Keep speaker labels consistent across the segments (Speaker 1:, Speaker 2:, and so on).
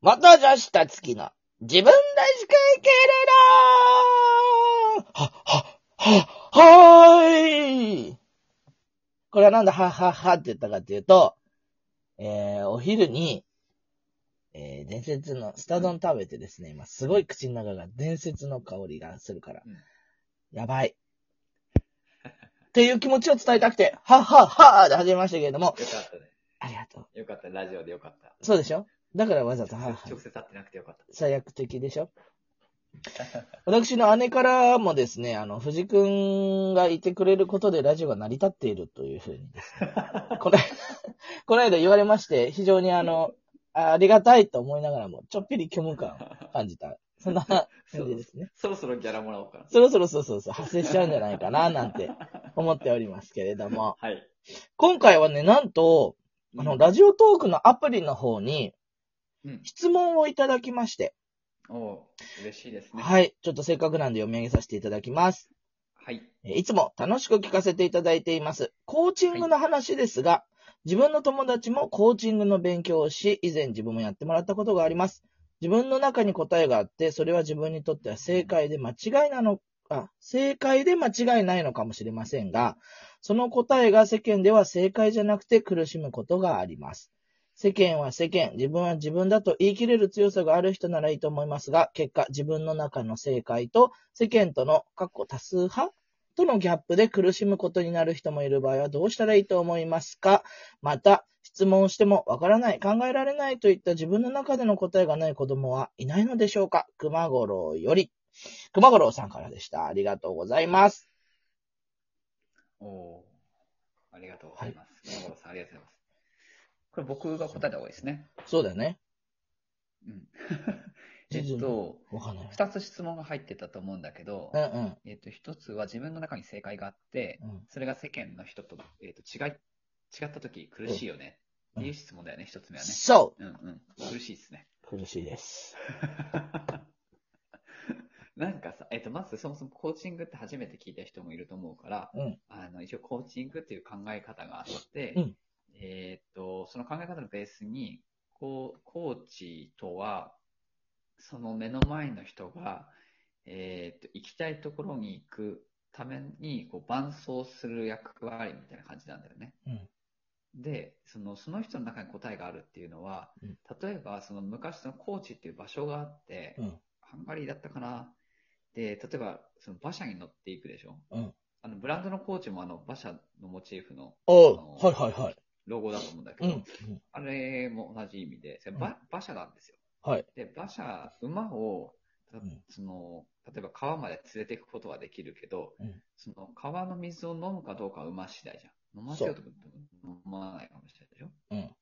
Speaker 1: 元女子たつきの自分らしく生きるのは、は、は、はーいこれはなんでは、は、はって言ったかっていうと、えー、お昼に、えー、伝説のスタ丼食べてですね、今すごい口の中が伝説の香りがするから
Speaker 2: うん、
Speaker 1: やばい。っていう気持ちを伝えたくて、は、は、はーって始めましたけれども、
Speaker 2: よかったね。
Speaker 1: ありがとう。
Speaker 2: よかった。ラジオでよかった。
Speaker 1: そうでしょだからわざと、は、
Speaker 2: 直
Speaker 1: は
Speaker 2: 接、直接会ってなくてよかった。
Speaker 1: 最悪的でしょ私の姉からもですね、あの、藤くんがいてくれることでラジオが成り立っているというふうにですね、これ、この間言われまして、非常にあの、あありがたいと思いながらも、ちょっぴり虚無感を感じた。そんな感
Speaker 2: そ
Speaker 1: じ
Speaker 2: う
Speaker 1: ですね。
Speaker 2: そろそろギャラもらおうかな。
Speaker 1: そろそろそうそうそう、発生しちゃうんじゃないかな、なんて思っておりますけれども、
Speaker 2: はい。
Speaker 1: 今回はね、なんと、あの、ラジオトークのアプリの方に
Speaker 2: うん。
Speaker 1: 質問をいただきまして、
Speaker 2: おう嬉しいですね。
Speaker 1: はい。ちょっとせっかくなんで読み上げさせていただきます。
Speaker 2: はい。
Speaker 1: えーいつも楽しく聞かせていただいています。コーチングの話ですが、自分の友達もコーチングの勉強をし、以前自分もやってもらったことがあります。自分の中に答えがあって、それは自分にとっては正解で間違いなの、あ、正解で間違いないのかもしれませんが、その答えが世間では正解じゃなくて苦しむことがあります。世間は世間、自分は自分だと言い切れる強さがある人ならいいと思いますが、結果自分の中の正解と世間との、かっこ多数派とのギャップで苦しむことになる人もいる場合はどうしたらいいと思いますかまた、質問してもわからない、考えられないといった自分の中での答えがない子供はいないのでしょうか熊五郎より。熊五郎さんからでした。ありがとうございます。
Speaker 2: おうありがとうございます。山本さん、ありがとうございます。これ僕が答えた方がいいですね。
Speaker 1: そうだよね。
Speaker 2: うん。えっと、
Speaker 1: わかんない。
Speaker 2: 二つ質問が入ってたと思うんだけど
Speaker 1: う、んうん。
Speaker 2: えっと、一つは自分の中に正解があって、
Speaker 1: うん
Speaker 2: それが世間の人と,、えっと違い違った時苦しいよねっていう質問だよね、一つ目はね。
Speaker 1: そ
Speaker 2: うんうん。苦しいですね。
Speaker 1: う苦しいです。
Speaker 2: なんかさ、えっと、まずそもそもコーチングって初めて聞いた人もいると思うから、
Speaker 1: うん
Speaker 2: あの一応コーチングっていう考え方があって、
Speaker 1: うん
Speaker 2: えっとその考え方のベースにこうコーチとはその目の前の人が、えっと行きたいところに行くためにこう伴走する役割みたいな感じなんだよね。
Speaker 1: うん
Speaker 2: でそのその人の中に答えがあるっていうのは、
Speaker 1: うん
Speaker 2: 例えばその昔そのコーチっていう場所があって、
Speaker 1: うん
Speaker 2: ハンガリーだったかなで例えばその馬車に乗っていくでしょ、
Speaker 1: うん
Speaker 2: あのブランドのコーチもあの馬車のモチーフの
Speaker 1: おう
Speaker 2: あの
Speaker 1: はいはいはい。
Speaker 2: ロゴだと思うんだけ
Speaker 1: うん
Speaker 2: ど、
Speaker 1: うん。
Speaker 2: あれも同じ意味でそれ馬馬車なんですよ
Speaker 1: はい。
Speaker 2: で馬車馬をた
Speaker 1: ん
Speaker 2: その例えば川まで連れていくことはできるけど、
Speaker 1: うん
Speaker 2: その川の水を飲むかどうかは馬次第じゃん飲ませようと思っても飲まないかもしれないでしょ
Speaker 1: うん。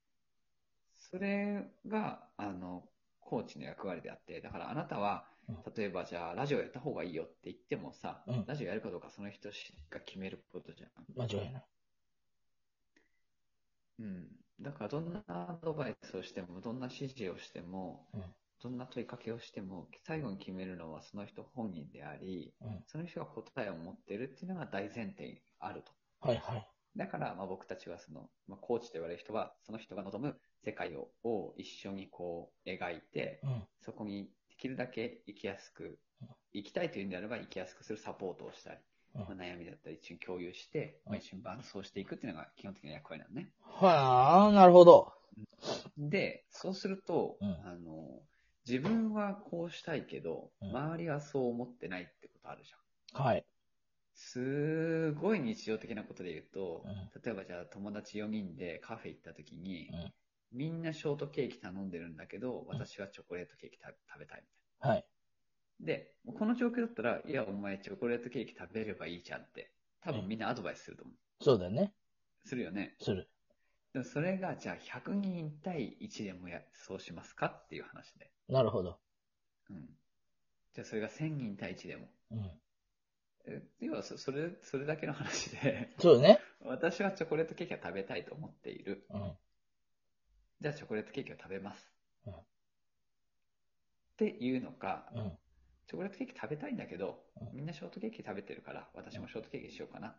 Speaker 2: それが、あの、コーチの役割であって、だからあなたは
Speaker 1: うん、
Speaker 2: 例えばじゃあ、ラジオやった方がいいよって言ってもさ、
Speaker 1: うん
Speaker 2: ラジオやるかどうかその人が決めることじゃん。
Speaker 1: 間違いない。
Speaker 2: うん。だから、どんなアドバイスをしても、どんな指示をしても、
Speaker 1: うん
Speaker 2: どんな問いかけをしても、最後に決めるのはその人本人であり、
Speaker 1: うん。
Speaker 2: その人が答えを持ってるっていうのが大前提にあると。
Speaker 1: はいはい。
Speaker 2: だから、まあ、僕たちはその、まあ、コーチと言われる人は、その人が望む世界をを一緒にこう描いて、
Speaker 1: うん。
Speaker 2: そこにできるだけ生きやすく、生きたいというんであれば生きやすくするサポートをしたり、
Speaker 1: うん
Speaker 2: まあ、悩みだったり一緒に共有して、
Speaker 1: うん
Speaker 2: まあ、一緒に伴走していくっていうのが基本的な役割なのね。
Speaker 1: はあ、なるほど。
Speaker 2: で、そうすると、
Speaker 1: うん
Speaker 2: あの、自分はこうしたいけど、
Speaker 1: うん
Speaker 2: 周りはそう思ってないってことあるじゃん。
Speaker 1: はい。
Speaker 2: すごい日常的なことで言うと、
Speaker 1: うん
Speaker 2: 例えばじゃあ友達4人でカフェ行った時に、
Speaker 1: うん
Speaker 2: みんなショートケーキ頼んでるんだけど、私はチョコレートケーキた食べたいみたいな。
Speaker 1: はい。
Speaker 2: で、この状況だったら、いや、お前、チョコレートケーキ食べればいいじゃんって、多分みんなアドバイスすると思う。
Speaker 1: そうだよね。
Speaker 2: するよね。
Speaker 1: する。
Speaker 2: でもそれが、じゃあ、100人対1でもや、そうしますかっていう話で。
Speaker 1: なるほど。
Speaker 2: うん。じゃあ、それが1000人対1でも。
Speaker 1: うん。
Speaker 2: え要はそ、それ、それだけの話で、
Speaker 1: そうだね。
Speaker 2: 私はチョコレートケーキが食べたいと思っている。
Speaker 1: うん。
Speaker 2: じゃあ、チョコレートケーキを食べます。
Speaker 1: うん
Speaker 2: っていうのか、
Speaker 1: うん。
Speaker 2: チョコレートケーキ食べたいんだけど
Speaker 1: う、ん
Speaker 2: みんなショートケーキ食べてるから、私もショートケーキにしようかな。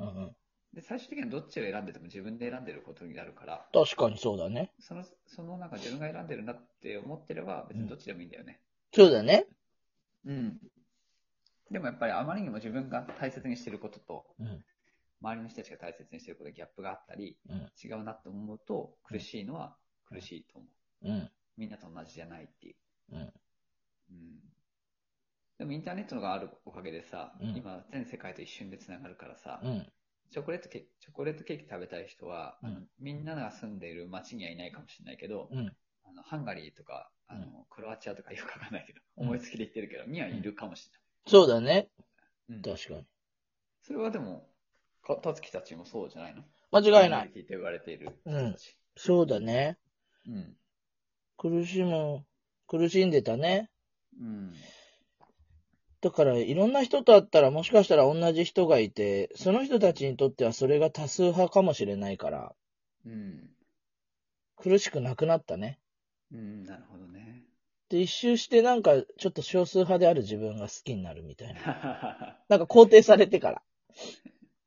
Speaker 1: うんうん。
Speaker 2: で、最終的にはどっちを選んでても自分で選んでることになるから、
Speaker 1: 確かにそうだね。
Speaker 2: その、そのなんか自分が選んでるなって思ってれば、別にどっちでもいいんだよね。
Speaker 1: そうだね。
Speaker 2: うん。でもやっぱりあまりにも自分が大切にしてることと、
Speaker 1: うん。
Speaker 2: 周りの人たちが大切にしてることにギャップがあったり、
Speaker 1: うん
Speaker 2: 違うなって思うと、苦しいのは苦しいと思う。
Speaker 1: うん。
Speaker 2: みんなと同じじゃないっていう。
Speaker 1: うん
Speaker 2: うんでもインターネットがあるおかげでさ、
Speaker 1: うん
Speaker 2: 今全世界と一瞬でつながるからさ、
Speaker 1: うん。
Speaker 2: チョコレートケーキ、チョコレートケーキ食べたい人は、あの
Speaker 1: うん
Speaker 2: みんなが住んでいる町にはいないかもしれないけど、
Speaker 1: うん。
Speaker 2: あのハンガリーとか、あ
Speaker 1: う
Speaker 2: の、クロアチアとかよくわかんないけど、
Speaker 1: うん
Speaker 2: 思いつきで言ってるけど、にはいるかもし
Speaker 1: そうだね。
Speaker 2: れない。うん
Speaker 1: 確かに。
Speaker 2: それはでも、かたつきたちもそうじゃないの
Speaker 1: 間違いない。。
Speaker 2: 聞いて言われている
Speaker 1: うん
Speaker 2: 人たち。
Speaker 1: そうだね。
Speaker 2: うん。
Speaker 1: 苦しむ、苦しんでたね。
Speaker 2: うん。
Speaker 1: だから、いろんな人と会ったら、もしかしたら同じ人がいて、その人たちにとってはそれが多数派かもしれないから、
Speaker 2: うん。
Speaker 1: 苦しくなくなったね。
Speaker 2: うん、なるほどね。
Speaker 1: で、一周してなんか、ちょっと少数派である自分が好きになるみたいな。
Speaker 2: そ
Speaker 1: なんか肯定されてから。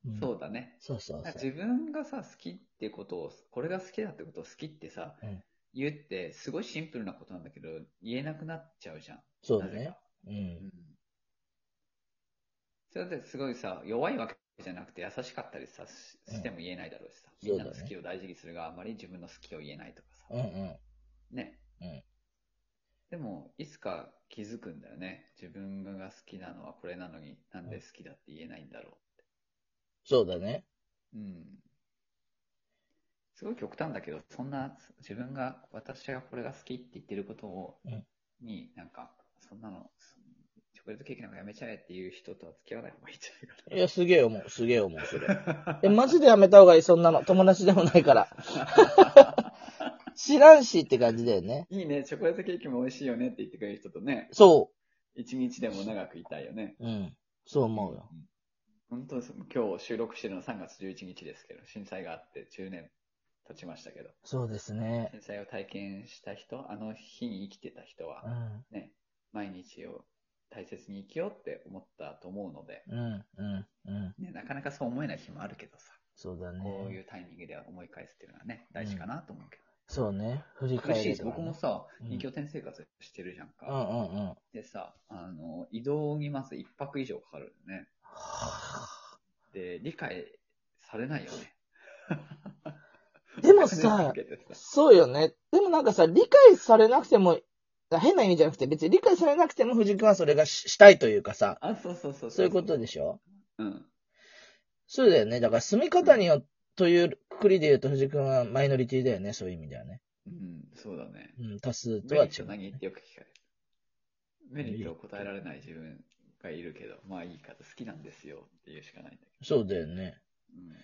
Speaker 1: うん
Speaker 2: うだね。
Speaker 1: そうそう
Speaker 2: なんか
Speaker 1: そう。
Speaker 2: 自分がさ、好きってことを、これが好きだってことを好きってさ、
Speaker 1: うん
Speaker 2: 言うって、すごいシンプルなことなんだけど、言えなくなっちゃうじゃん。
Speaker 1: そうだ
Speaker 2: なぜ
Speaker 1: ね
Speaker 2: か。
Speaker 1: う。
Speaker 2: うんん。それですごいさ、弱いわけじゃなくて優しかったりさ、し
Speaker 1: うん
Speaker 2: しても言えないだろうしさ、
Speaker 1: そう
Speaker 2: み
Speaker 1: だ
Speaker 2: ん
Speaker 1: ね
Speaker 2: なの好きを大事にするがあまり自分の好きを言えないとかさ、
Speaker 1: うんうん。
Speaker 2: ね。
Speaker 1: うん
Speaker 2: でも、いつか気づくんだよね。自分が好きなのはこれなのに、なんで好きだって言えないんだろう。
Speaker 1: そうだね。
Speaker 2: うんすごい極端だけど、そんな自分が、私がこれが好きって言ってることを、
Speaker 1: うん
Speaker 2: に、なんか、そんなの、そチョコレートケーキなんかやめちゃえっていう人とは付き合わない方がいいんじ
Speaker 1: いや、すげえ思う。すげえ思う、 それ。
Speaker 2: ゃないかな。
Speaker 1: え、マジでやめた方がいい、そんなの。友達でもない から。知らんしって感じだよね。
Speaker 2: いいね、チョコレートケーキも美味しいよねって言ってくれる人とね、
Speaker 1: そ
Speaker 2: 一日でも長くいたいよね。
Speaker 1: う。うん。そう思うよ。
Speaker 2: ん本当です。今日収録してるの3月11日ですけど、震災があって10年経ちましたけど、
Speaker 1: そうですね。
Speaker 2: 震災を体験した人、あの日に生きてた人は
Speaker 1: う、ん。
Speaker 2: ね、毎日を大切に生きようって思ったと思うので、
Speaker 1: うん。うん。うん。
Speaker 2: ね、なかなかそう思えない日もあるけどさ、
Speaker 1: そうだ
Speaker 2: こうい
Speaker 1: ね。
Speaker 2: うタイミングで思い返すっていうのはね、大事かなと思うけ
Speaker 1: そうね。振り
Speaker 2: ど。苦
Speaker 1: 返
Speaker 2: しい
Speaker 1: る
Speaker 2: し、
Speaker 1: とか
Speaker 2: 僕
Speaker 1: ね
Speaker 2: もさ
Speaker 1: う、ん
Speaker 2: 二拠点生活してるじゃん
Speaker 1: う
Speaker 2: か。
Speaker 1: んうんうん。は
Speaker 2: でさ、あの、移動にまず一泊以上かかるよね。
Speaker 1: あ
Speaker 2: で、理解されないよね。
Speaker 1: でも
Speaker 2: お金を
Speaker 1: さ
Speaker 2: か、けてさ
Speaker 1: そうよね。でもなんかさ、理解されなくても、変な意味じゃなくて、別に理解されなくても藤君はそれがししたいというかさ、
Speaker 2: あ、そうそうそう
Speaker 1: そういうことでしょ
Speaker 2: うん。
Speaker 1: そうだよね。だから住み方によというくくりで言うと藤君はマイノリティだよね。そういう意味ではね。
Speaker 2: うん、そうだね。
Speaker 1: うん、多数と
Speaker 2: メリ
Speaker 1: は
Speaker 2: ッ
Speaker 1: 違
Speaker 2: ト
Speaker 1: う。
Speaker 2: 何ってよく聞かれる。メリットを答えられない自分がいるけど、まあいいから好きなんですよっていうしかないんだ
Speaker 1: そうだよね。
Speaker 2: けど。うん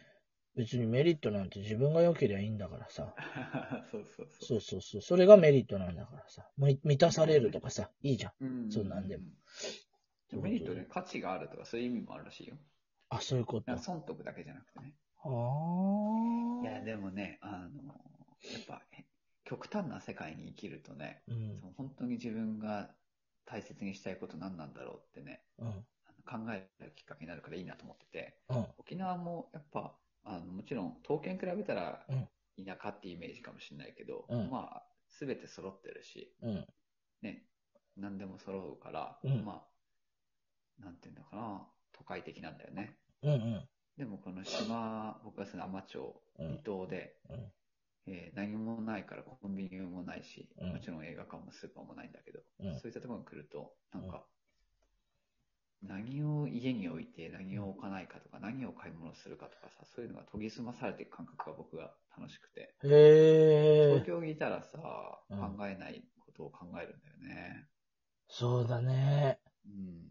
Speaker 1: 別にメリットなんて自分が良けりゃいいんだからさ。
Speaker 2: そうそうそう。
Speaker 1: そうそうそう。それがメリットなんだからさ。もう満たされるとかさ、いいじゃん。
Speaker 2: うん
Speaker 1: そうなんでも。
Speaker 2: でもメリットで価値があるとかそういう意味もあるらしいよ。
Speaker 1: あ、そういうこと。
Speaker 2: なん
Speaker 1: は
Speaker 2: か損得だけじゃなくてね。いや、
Speaker 1: あ。
Speaker 2: でもね、あの、やっぱ、え極端な世界に生きるとね、
Speaker 1: うん
Speaker 2: そ。の本当に自分が大切にしたいこと何なんだろうってね、
Speaker 1: うん。
Speaker 2: あの考えるきっかけになるからいいなと思ってて、
Speaker 1: うん。
Speaker 2: 沖縄もやっぱ、あのもちろん、東京に比べたら
Speaker 1: うん
Speaker 2: 田舎ってイメージかもしれないけど、
Speaker 1: うん
Speaker 2: まあ、すべて揃ってるし、
Speaker 1: うん。
Speaker 2: ね、何でも揃うから、
Speaker 1: うん
Speaker 2: まあ、なんていうのかな、都会的なんだよね。
Speaker 1: うん。うん。で
Speaker 2: でもこの島、僕はその海士町、
Speaker 1: うん
Speaker 2: 離島で、
Speaker 1: うん
Speaker 2: えー何もないからコンビニもないし、
Speaker 1: うん
Speaker 2: もちろん映画館もスーパーもないんだけど、
Speaker 1: うん
Speaker 2: そういったところに来ると、なんか、何を家に置いて何を置かないかとか、何を買い物するかとかさ、そういうのが研ぎ澄まされていく感覚が僕は楽しくて、
Speaker 1: へ
Speaker 2: 東
Speaker 1: え。
Speaker 2: 京にいたらさ、
Speaker 1: うん
Speaker 2: 考えないことを考えるんだよね。
Speaker 1: そうだね。
Speaker 2: うん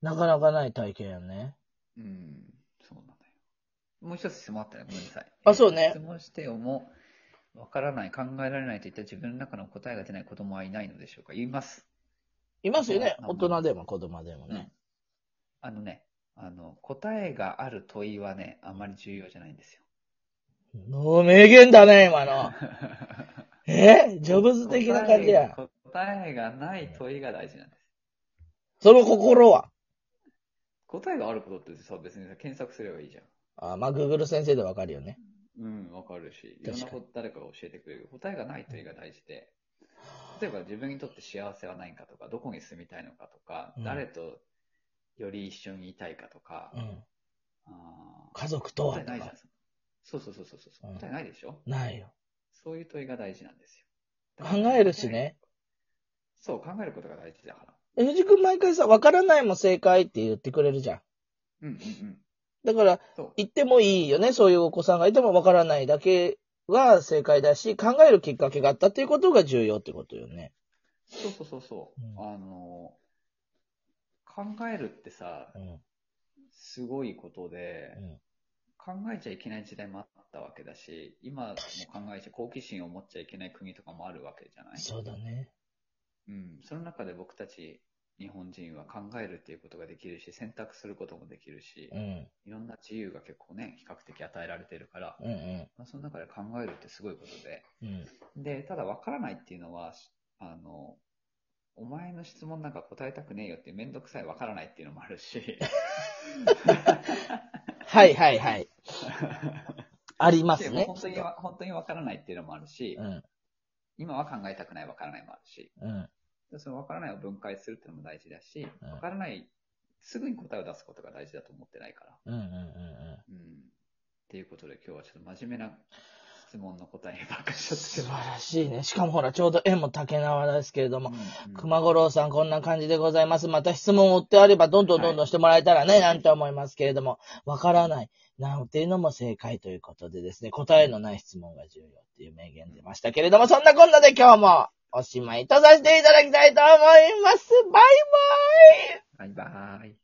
Speaker 1: なかなかない体験やね。
Speaker 2: うん、そうなんだよ。もう一つ質問あったらごめんなさい。
Speaker 1: あそうね
Speaker 2: 質問してよも、わからない、考えられないといった自分の中の答えが出ない子供はいないのでしょうか言います。
Speaker 1: いますよね。
Speaker 2: うん
Speaker 1: 大人でも子供でもね。
Speaker 2: あのね、あの、答えがある問いはね、あまり重要じゃないんですよ。
Speaker 1: もう名言だね、今の。 えジョブズ的な感じや。
Speaker 2: 答え答えがない問いが大事なんです。
Speaker 1: その心は。
Speaker 2: 答えがあることってさ、別にさ検索すればいいじゃん。
Speaker 1: あまあ、Google 先生でわかるよね。
Speaker 2: うん、わかるし、い
Speaker 1: 確
Speaker 2: ろ
Speaker 1: か
Speaker 2: ん
Speaker 1: に
Speaker 2: なこと誰かが教えてくれる。答えがないというのが大事で、例えば自分にとって幸せは何かとか、どこに住みたいのかとか、
Speaker 1: うん
Speaker 2: 誰とより一緒にいたいかとか、
Speaker 1: うん。
Speaker 2: あー
Speaker 1: 家族とは
Speaker 2: 答え
Speaker 1: と
Speaker 2: ないじゃ
Speaker 1: か
Speaker 2: ん。。そうそうそうそうそう、
Speaker 1: うん
Speaker 2: 答えないでしょ
Speaker 1: ないよ。
Speaker 2: そういう問いが大事なんですよ。
Speaker 1: 考えるしね。
Speaker 2: そう、考えることが大事だから。
Speaker 1: え藤君毎回さ、わからないも正解って言ってくれるじゃん。
Speaker 2: うんうんうん。
Speaker 1: だから、
Speaker 2: そう。
Speaker 1: 言ってもいいよね。そういうお子さんがいてもわからないだけは正解だし、考えるきっかけがあったっていうことが重要ってことよね。
Speaker 2: そうそうそうそう。
Speaker 1: う
Speaker 2: あの、考えるってさ
Speaker 1: う、ん。
Speaker 2: すごいことで、
Speaker 1: うん。
Speaker 2: 考えちゃいけない時代もあったわけだし、今も考えちゃ、好奇心を持っちゃいけない国とかもあるわけじゃない
Speaker 1: そうだね。
Speaker 2: うん。その中で僕たち日本人は考えるっていうことができるし、選択することもできるし
Speaker 1: う、ん。
Speaker 2: いろんな自由が結構ね、比較的与えられてるから、
Speaker 1: うんうん。
Speaker 2: まあ、その中で考えるってすごいことで。
Speaker 1: うん。
Speaker 2: で、ただ分からないっていうのは、あの、お前の質問なんか答えたくねえよってめんどくさい分からないっていうのもあるし、
Speaker 1: はいはい はい。あります
Speaker 2: で
Speaker 1: ね。
Speaker 2: 本当にわ、本当に分からないっていうのもあるし、
Speaker 1: うん。
Speaker 2: 今は考えたくない分からないもあるし、
Speaker 1: うん。
Speaker 2: でその分からないを分解するっていうのも大事だし、
Speaker 1: うん
Speaker 2: 分からない、すぐに答えを出すことが大事だと思ってないから。
Speaker 1: うんうんうんうん。
Speaker 2: うん。っていうことで今日はちょっと真面目な質問の答えばっかりしちゃっ
Speaker 1: 素
Speaker 2: たけど
Speaker 1: 晴。らしいね。しかもほら、ちょうど縁も竹縄ですけれども、
Speaker 2: うんうん
Speaker 1: 熊五郎さんこんな感じでございます。また質問を追ってあれば、どんどんどんどんしてもらえたらね、なんて思いますけれども、わからない。なんていうのも正解ということでですね、答えのない質問が重要っていう名言出ましたけれども、そんなこんなで今日もおしまいとさせていただきたいと思います。バイバイ
Speaker 2: バイバーイ。